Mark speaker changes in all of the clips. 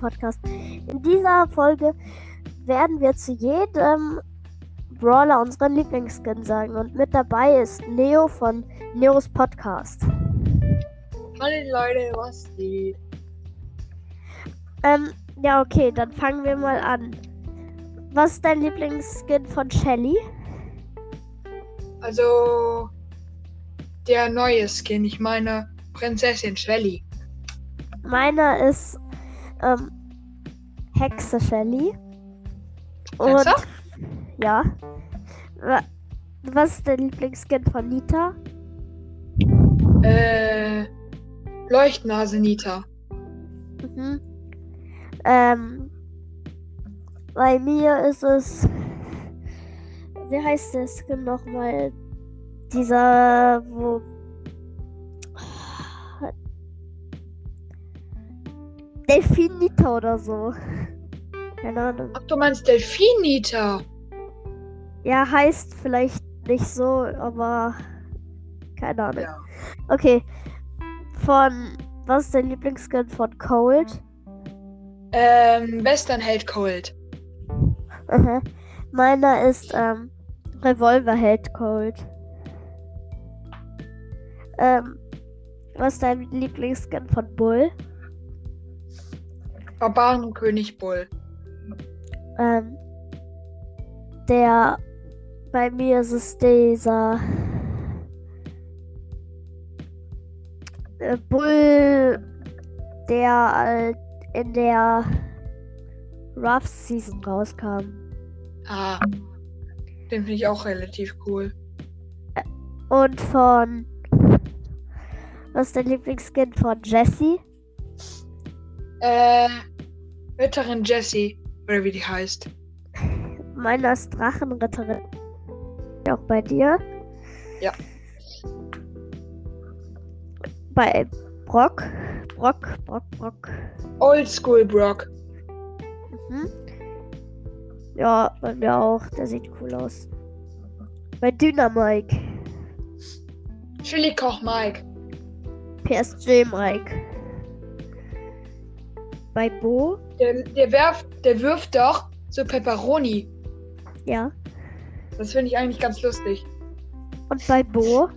Speaker 1: Podcast. In dieser Folge werden wir zu jedem Brawler unseren Lieblingsskin sagen. Und mit dabei ist Neo von Neos Podcast.
Speaker 2: Hallo Leute, was geht?
Speaker 1: Ähm, ja, okay, dann fangen wir mal an. Was ist dein Lieblingsskin von Shelly?
Speaker 2: Also der neue Skin, ich meine Prinzessin Shelly.
Speaker 1: Meiner ist ähm, Hexe Shelly. Und
Speaker 2: Ernsthaft?
Speaker 1: ja. Wa- Was ist dein Lieblingsskin von Nita?
Speaker 2: Äh, Leuchtnase Nita.
Speaker 1: Mhm. Ähm, bei mir ist es. Wie heißt der Skin nochmal? Dieser, wo. Delfinita oder so. Keine Ahnung.
Speaker 2: Ach, du meinst Delfin Nita?
Speaker 1: Ja, heißt vielleicht nicht so, aber. Keine Ahnung.
Speaker 2: Ja.
Speaker 1: Okay. Von. Was ist dein Lieblingsskin von Cold?
Speaker 2: Ähm, Westernheld Cold.
Speaker 1: Aha. Meiner ist ähm, Revolverheld Cold. Ähm, was ist dein Lieblingsskin von Bull?
Speaker 2: Barbarenkönig Bull.
Speaker 1: Ähm, der bei mir ist es dieser äh, Bull, der äh, in der Rough Season rauskam.
Speaker 2: Ah, den finde ich auch relativ cool.
Speaker 1: Und von. Was ist dein Lieblingsskin von Jessie?
Speaker 2: Äh, Ritterin Jessie, oder wie die heißt.
Speaker 1: Meiner ist Drachenritterin. Auch bei dir?
Speaker 2: Ja.
Speaker 1: Bei Brock. Brock, Brock, Brock.
Speaker 2: Oldschool Brock.
Speaker 1: Mhm. Ja, bei mir auch. Der sieht cool aus. Bei Dynamike.
Speaker 2: Chili Koch Mike.
Speaker 1: PSG Mike. Bei Bo.
Speaker 2: Der, der, werft, der wirft doch so Pepperoni.
Speaker 1: Ja.
Speaker 2: Das finde ich eigentlich ganz lustig.
Speaker 1: Und bei Bo.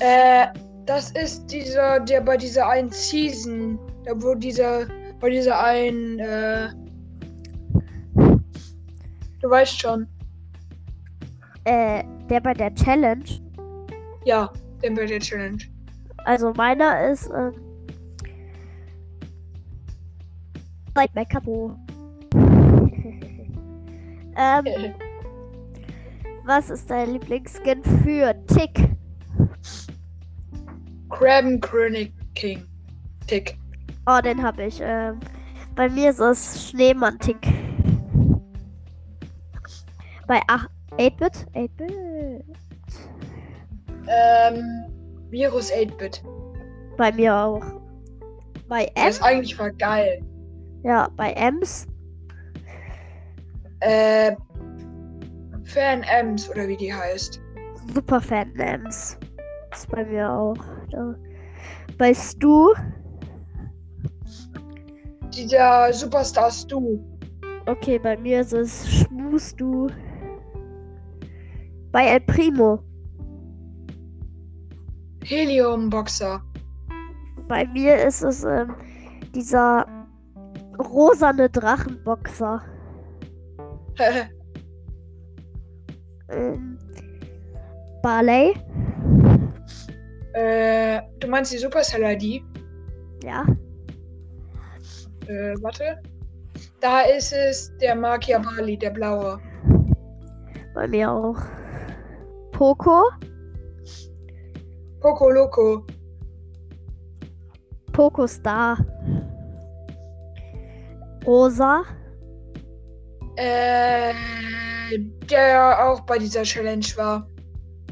Speaker 2: Äh, das ist dieser, der bei dieser einen Season, da wo dieser, bei dieser einen, äh, du weißt schon,
Speaker 1: Äh, der bei der Challenge.
Speaker 2: ja, den bei der Challenge.
Speaker 1: Also meiner ist ähm, Seit Meckerbo. ähm, was ist dein Lieblingsskin für Tick?
Speaker 2: Kraben Chronic King. Tick.
Speaker 1: Oh, den hab ich. Ähm, bei mir ist es Schneemann Tick. Bei ach, 8-Bit? 8-Bit?
Speaker 2: Ähm, Virus 8-Bit.
Speaker 1: Bei mir auch. Bei
Speaker 2: Der
Speaker 1: M?
Speaker 2: ist eigentlich voll geil.
Speaker 1: Ja, bei Ms.
Speaker 2: Äh, Fan Ems, oder wie die heißt.
Speaker 1: Superfan Nams. Ist bei mir auch. Da. Bei Stu.
Speaker 2: Dieser Superstar Stu.
Speaker 1: Okay, bei mir ist es Schmus du. Bei El Primo.
Speaker 2: Helium Boxer.
Speaker 1: Bei mir ist es ähm, dieser rosane Drachenboxer. Ähm, Barley.
Speaker 2: äh, du meinst die Supercell ID?
Speaker 1: Ja.
Speaker 2: Äh, warte. Da ist es der Machiavelli, der blaue.
Speaker 1: Bei mir auch. Poco.
Speaker 2: Poco Loco.
Speaker 1: Poco Star. Rosa.
Speaker 2: Äh, der auch bei dieser Challenge war.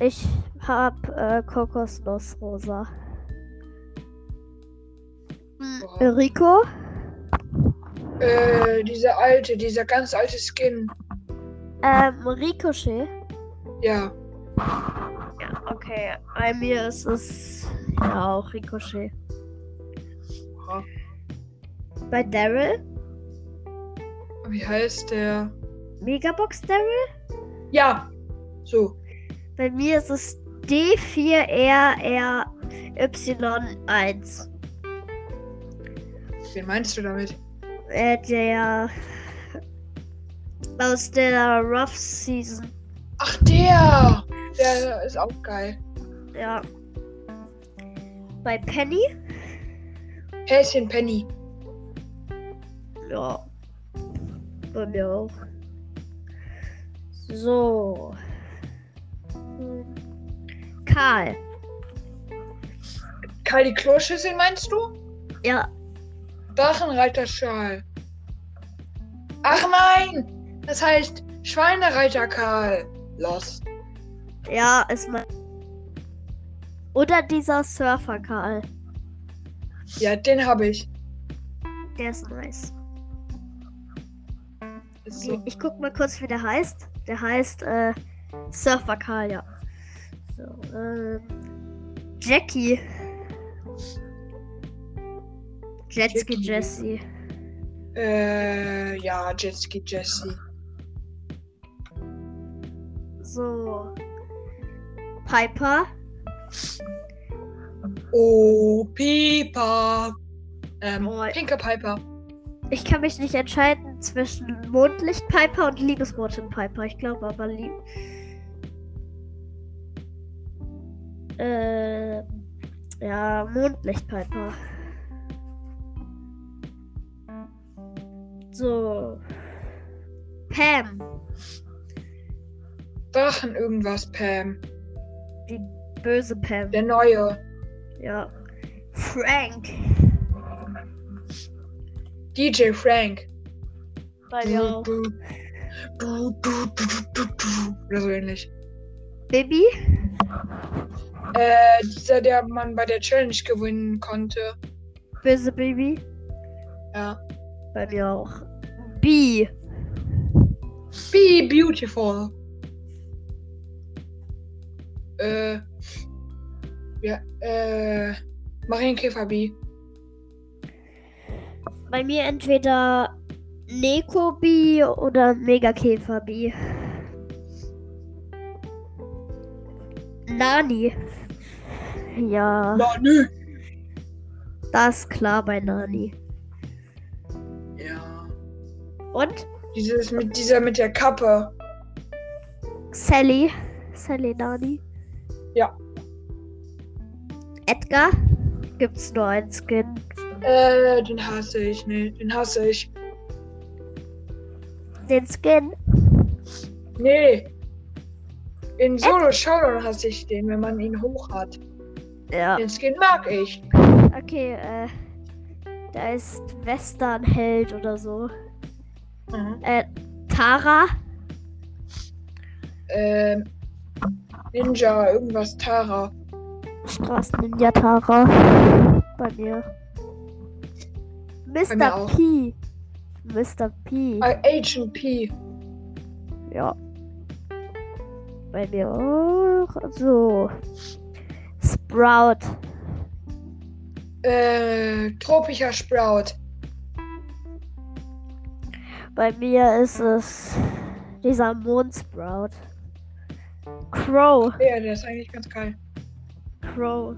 Speaker 1: Ich hab äh, Kokosnussrosa. Hm,
Speaker 2: Oha.
Speaker 1: Rico.
Speaker 2: Äh, dieser alte, dieser ganz alte Skin.
Speaker 1: Ähm, Ricochet.
Speaker 2: Ja.
Speaker 1: Ja, okay. Bei mir ist es ja auch Ricochet.
Speaker 2: Oha.
Speaker 1: bei Daryl?
Speaker 2: Wie heißt der?
Speaker 1: Megabox Daryl?
Speaker 2: Ja. So.
Speaker 1: Bei mir ist es D4RRY1.
Speaker 2: Wen meinst du damit?
Speaker 1: Äh, der aus der Rough Season.
Speaker 2: Ach, der! Der ist auch geil.
Speaker 1: Ja. Bei Penny?
Speaker 2: Häschen Penny.
Speaker 1: Ja. Bei mir auch. So. Karl.
Speaker 2: Karl die Kloschüssel meinst du?
Speaker 1: Ja.
Speaker 2: Drachenreiterschal. Ach nein! Das heißt Schweinereiter Karl. Los.
Speaker 1: Ja, ist mein. Oder dieser Surfer Karl.
Speaker 2: Ja, den habe ich.
Speaker 1: Der ist nice.
Speaker 2: So.
Speaker 1: Ich guck mal kurz, wie der heißt. Der heißt äh, Surfer Karl, ja. So, ähm, Jackie. Jetski
Speaker 2: Jackie.
Speaker 1: Jessie.
Speaker 2: Äh, ja, Jetski Jesse.
Speaker 1: So. Piper.
Speaker 2: Oh, Piper. Ähm,
Speaker 1: Oh.
Speaker 2: Pinke Piper.
Speaker 1: Ich kann mich nicht entscheiden zwischen Mondlicht-Piper und Liebesmorten-Piper. Ich glaube aber lieb. Äh, ja, Mondlicht-Piper. So. Pam.
Speaker 2: Drachen irgendwas, Pam.
Speaker 1: Die böse Pam.
Speaker 2: Der neue.
Speaker 1: Ja. Frank.
Speaker 2: DJ Frank.
Speaker 1: Bei
Speaker 2: Du, du, du, du, du, du, du. Oder so ähnlich.
Speaker 1: Bibi.
Speaker 2: Äh, dieser, der man bei der Challenge gewinnen konnte.
Speaker 1: Böse Bibi.
Speaker 2: Ja.
Speaker 1: Bei mir auch. B.
Speaker 2: Be beautiful. Äh. Ja, äh. Marienkäfer B.
Speaker 1: Bei mir entweder Nekobi oder Megakäferbi. Nani. Ja,
Speaker 2: Na, nö.
Speaker 1: das ist klar bei Nani.
Speaker 2: Ja.
Speaker 1: Und
Speaker 2: Dieses mit dieser mit der Kappe.
Speaker 1: Sally. Sally Nani.
Speaker 2: Ja.
Speaker 1: Edgar? Gibt's nur einen Skin.
Speaker 2: Äh, den hasse ich, nee, den hasse ich.
Speaker 1: Den Skin?
Speaker 2: Nee. In Solo Showdown hasse ich den, wenn man ihn hoch hat.
Speaker 1: Ja.
Speaker 2: Den Skin mag ich.
Speaker 1: Okay, äh. Da ist Westernheld oder so.
Speaker 2: Mhm.
Speaker 1: Äh, Tara?
Speaker 2: Ähm. Ninja, irgendwas Tara.
Speaker 1: Straßen-Ninja Tara. Bei mir. Mr.
Speaker 2: Bei mir auch.
Speaker 1: P. Mr. P.
Speaker 2: Äh, Agent P.
Speaker 1: Ja. Bei mir auch. So. Sprout.
Speaker 2: Äh, tropischer Sprout.
Speaker 1: Bei mir ist es dieser Mondsprout. Crow.
Speaker 2: Ja, der ist eigentlich ganz geil.
Speaker 1: Crow.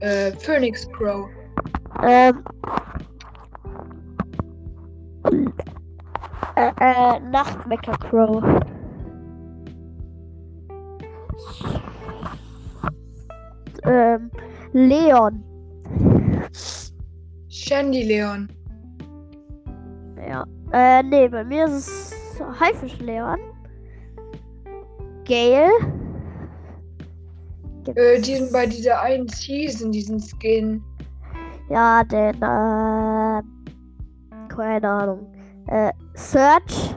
Speaker 2: Äh, Phoenix Crow.
Speaker 1: Ähm. Äh, äh, Nachtmecker Crow. Ähm, Leon.
Speaker 2: Shandy Leon.
Speaker 1: Ja. Äh, nee, bei mir ist es Haifisch Leon. Gail.
Speaker 2: Äh, diesen bei dieser einen Season, diesen Skin.
Speaker 1: Ja, den, äh, keine Ahnung. Äh, Search.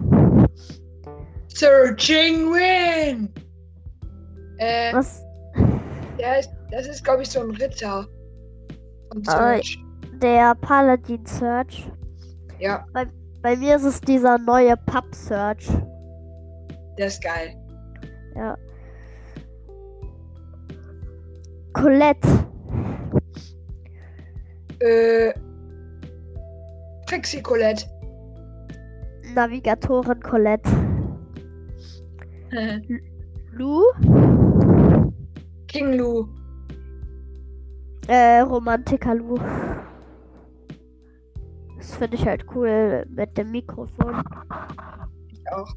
Speaker 2: Searching Win! Äh,
Speaker 1: Was?
Speaker 2: Der ist, das ist, glaube ich, so ein Ritter. Und
Speaker 1: Ah,
Speaker 2: Search.
Speaker 1: Der Paladin Search.
Speaker 2: Ja,
Speaker 1: Bei mir ist es dieser neue Pub-Search.
Speaker 2: der ist geil.
Speaker 1: Ja. Colette.
Speaker 2: Äh, Trixie Colette.
Speaker 1: Navigatorin Colette. Lou,
Speaker 2: King Lou.
Speaker 1: äh, Romantiker Lou. Das finde ich halt cool mit dem Mikrofon. Ich
Speaker 2: auch.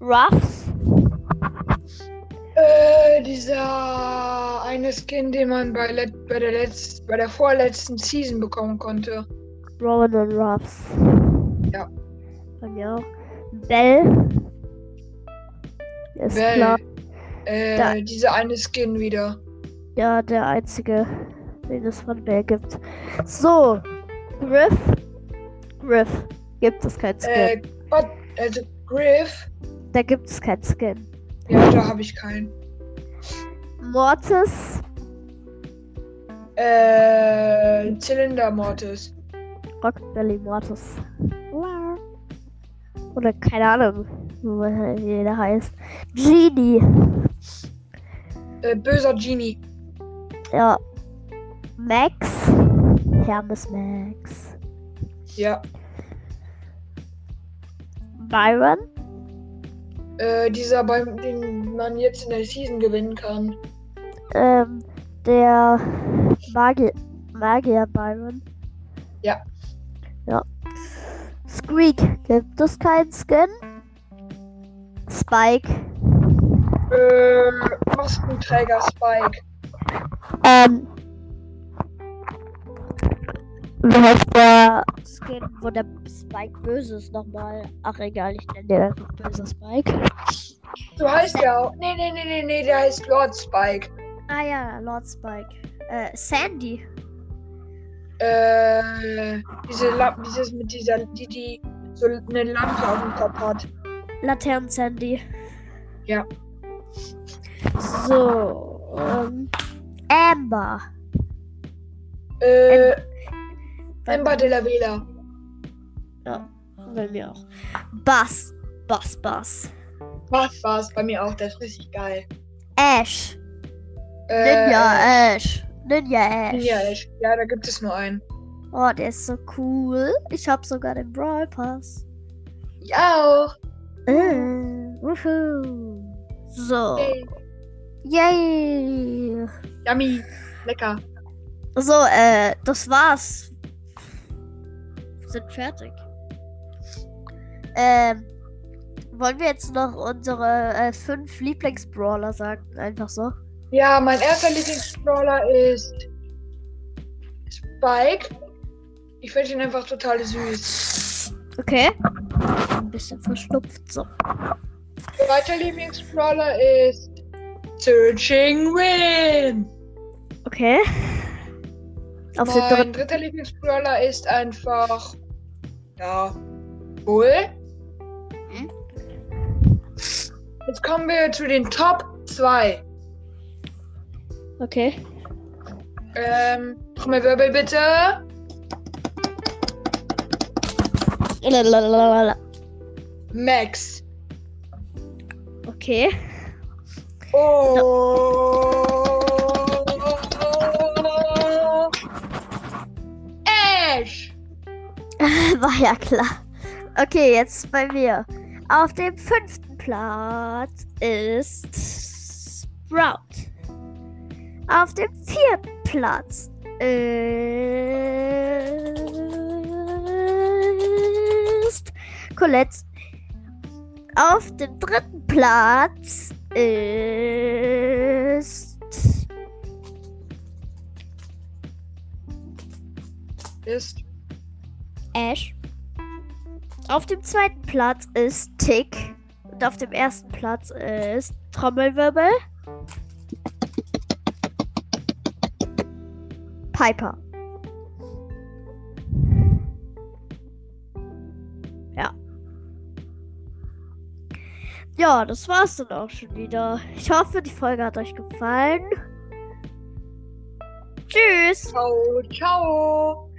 Speaker 1: Ruffs,
Speaker 2: Äh, dieser eine Skin, den man bei, let- bei, der letz bei der vorletzten Season bekommen konnte.
Speaker 1: Rowan und Ruffs.
Speaker 2: Ja.
Speaker 1: Bei mir auch. Bell. Ist
Speaker 2: Bell.
Speaker 1: klar,
Speaker 2: Äh,
Speaker 1: Da-
Speaker 2: diese eine Skin wieder.
Speaker 1: ja, der einzige, den es von Bell gibt. So, Griff. Griff. Gibt es kein Skin.
Speaker 2: Äh, Gott, also Griff.
Speaker 1: Da gibt es kein Skin.
Speaker 2: Ja, da habe ich keinen.
Speaker 1: Mortis,
Speaker 2: Äh, Zylinder Mortis.
Speaker 1: Rockabilly Mortis. Oder keine Ahnung, wie der heißt. Genie.
Speaker 2: Äh, böser Genie.
Speaker 1: Ja. Max. Hermes Max.
Speaker 2: Ja.
Speaker 1: Byron.
Speaker 2: Äh, dieser, beim, den man jetzt in der Season gewinnen kann.
Speaker 1: Ähm, der Magi Magier Byron.
Speaker 2: Ja.
Speaker 1: Ja. Squeak. Gibt es keinen Skin? Spike.
Speaker 2: Äh, Maskenträger Spike.
Speaker 1: Ähm. Wie heißt der Skin, wo der Spike böse ist nochmal? Ach, egal, ich nenne den einfach böse Spike.
Speaker 2: So heißt der auch. Nee, nee, nee, nee, nee, der heißt Lord Spike.
Speaker 1: Ah ja, Lord Spike. Äh, Sandy.
Speaker 2: Äh, diese Lampe, dieses mit dieser, die, die so eine Lampe auf dem Kopf hat.
Speaker 1: Laternen Sandy.
Speaker 2: Ja.
Speaker 1: So. Ähm, Amber.
Speaker 2: Äh,
Speaker 1: Bei-
Speaker 2: Ember de la Vela.
Speaker 1: Ja, bei mir auch. Bass. Bass, Bass.
Speaker 2: Was war's bei mir auch, das ist richtig geil.
Speaker 1: Ash.
Speaker 2: Äh,
Speaker 1: Ninja Ash. Ninja Ash.
Speaker 2: Ninja Ash. Ja, da gibt es nur einen.
Speaker 1: Oh, der ist so cool. Ich hab sogar den Brawl Pass.
Speaker 2: Ich auch.
Speaker 1: Äh, wuhu. So.
Speaker 2: Yay.
Speaker 1: Yay.
Speaker 2: Yummy. Lecker.
Speaker 1: So, äh, das war's. Wir sind fertig. Ähm, wollen wir jetzt noch unsere äh, fünf Lieblingsbrawler sagen? Einfach so.
Speaker 2: Ja, mein erster Lieblingsbrawler ist Spike. Ich finde ihn einfach total süß.
Speaker 1: Okay. Ein bisschen verschnupft so.
Speaker 2: Zweiter Lieblingsbrawler ist Searching Win.
Speaker 1: Okay. Auf den
Speaker 2: mein
Speaker 1: dritten.
Speaker 2: dritter Lieblingsbrawler ist einfach. Ja. Bull. Hm?
Speaker 1: Mhm.
Speaker 2: Jetzt kommen wir zu den Top 2.
Speaker 1: Okay.
Speaker 2: Ähm, Trommelwirbel bitte.
Speaker 1: Lalalala.
Speaker 2: Max.
Speaker 1: Okay.
Speaker 2: Oh. Ash.
Speaker 1: War ja klar. Okay, jetzt bei mir. Auf dem fünften Platz ist Sprout. Auf dem vierten Platz ist Colette. Auf dem dritten Platz ist
Speaker 2: Ist.
Speaker 1: Ash. Auf dem zweiten Platz ist Tick. Und auf dem ersten Platz ist Trommelwirbel. Piper. Ja. Ja, das war's dann auch schon wieder. Ich hoffe, die Folge hat euch gefallen. Tschüss.
Speaker 2: Ciao. Ciao.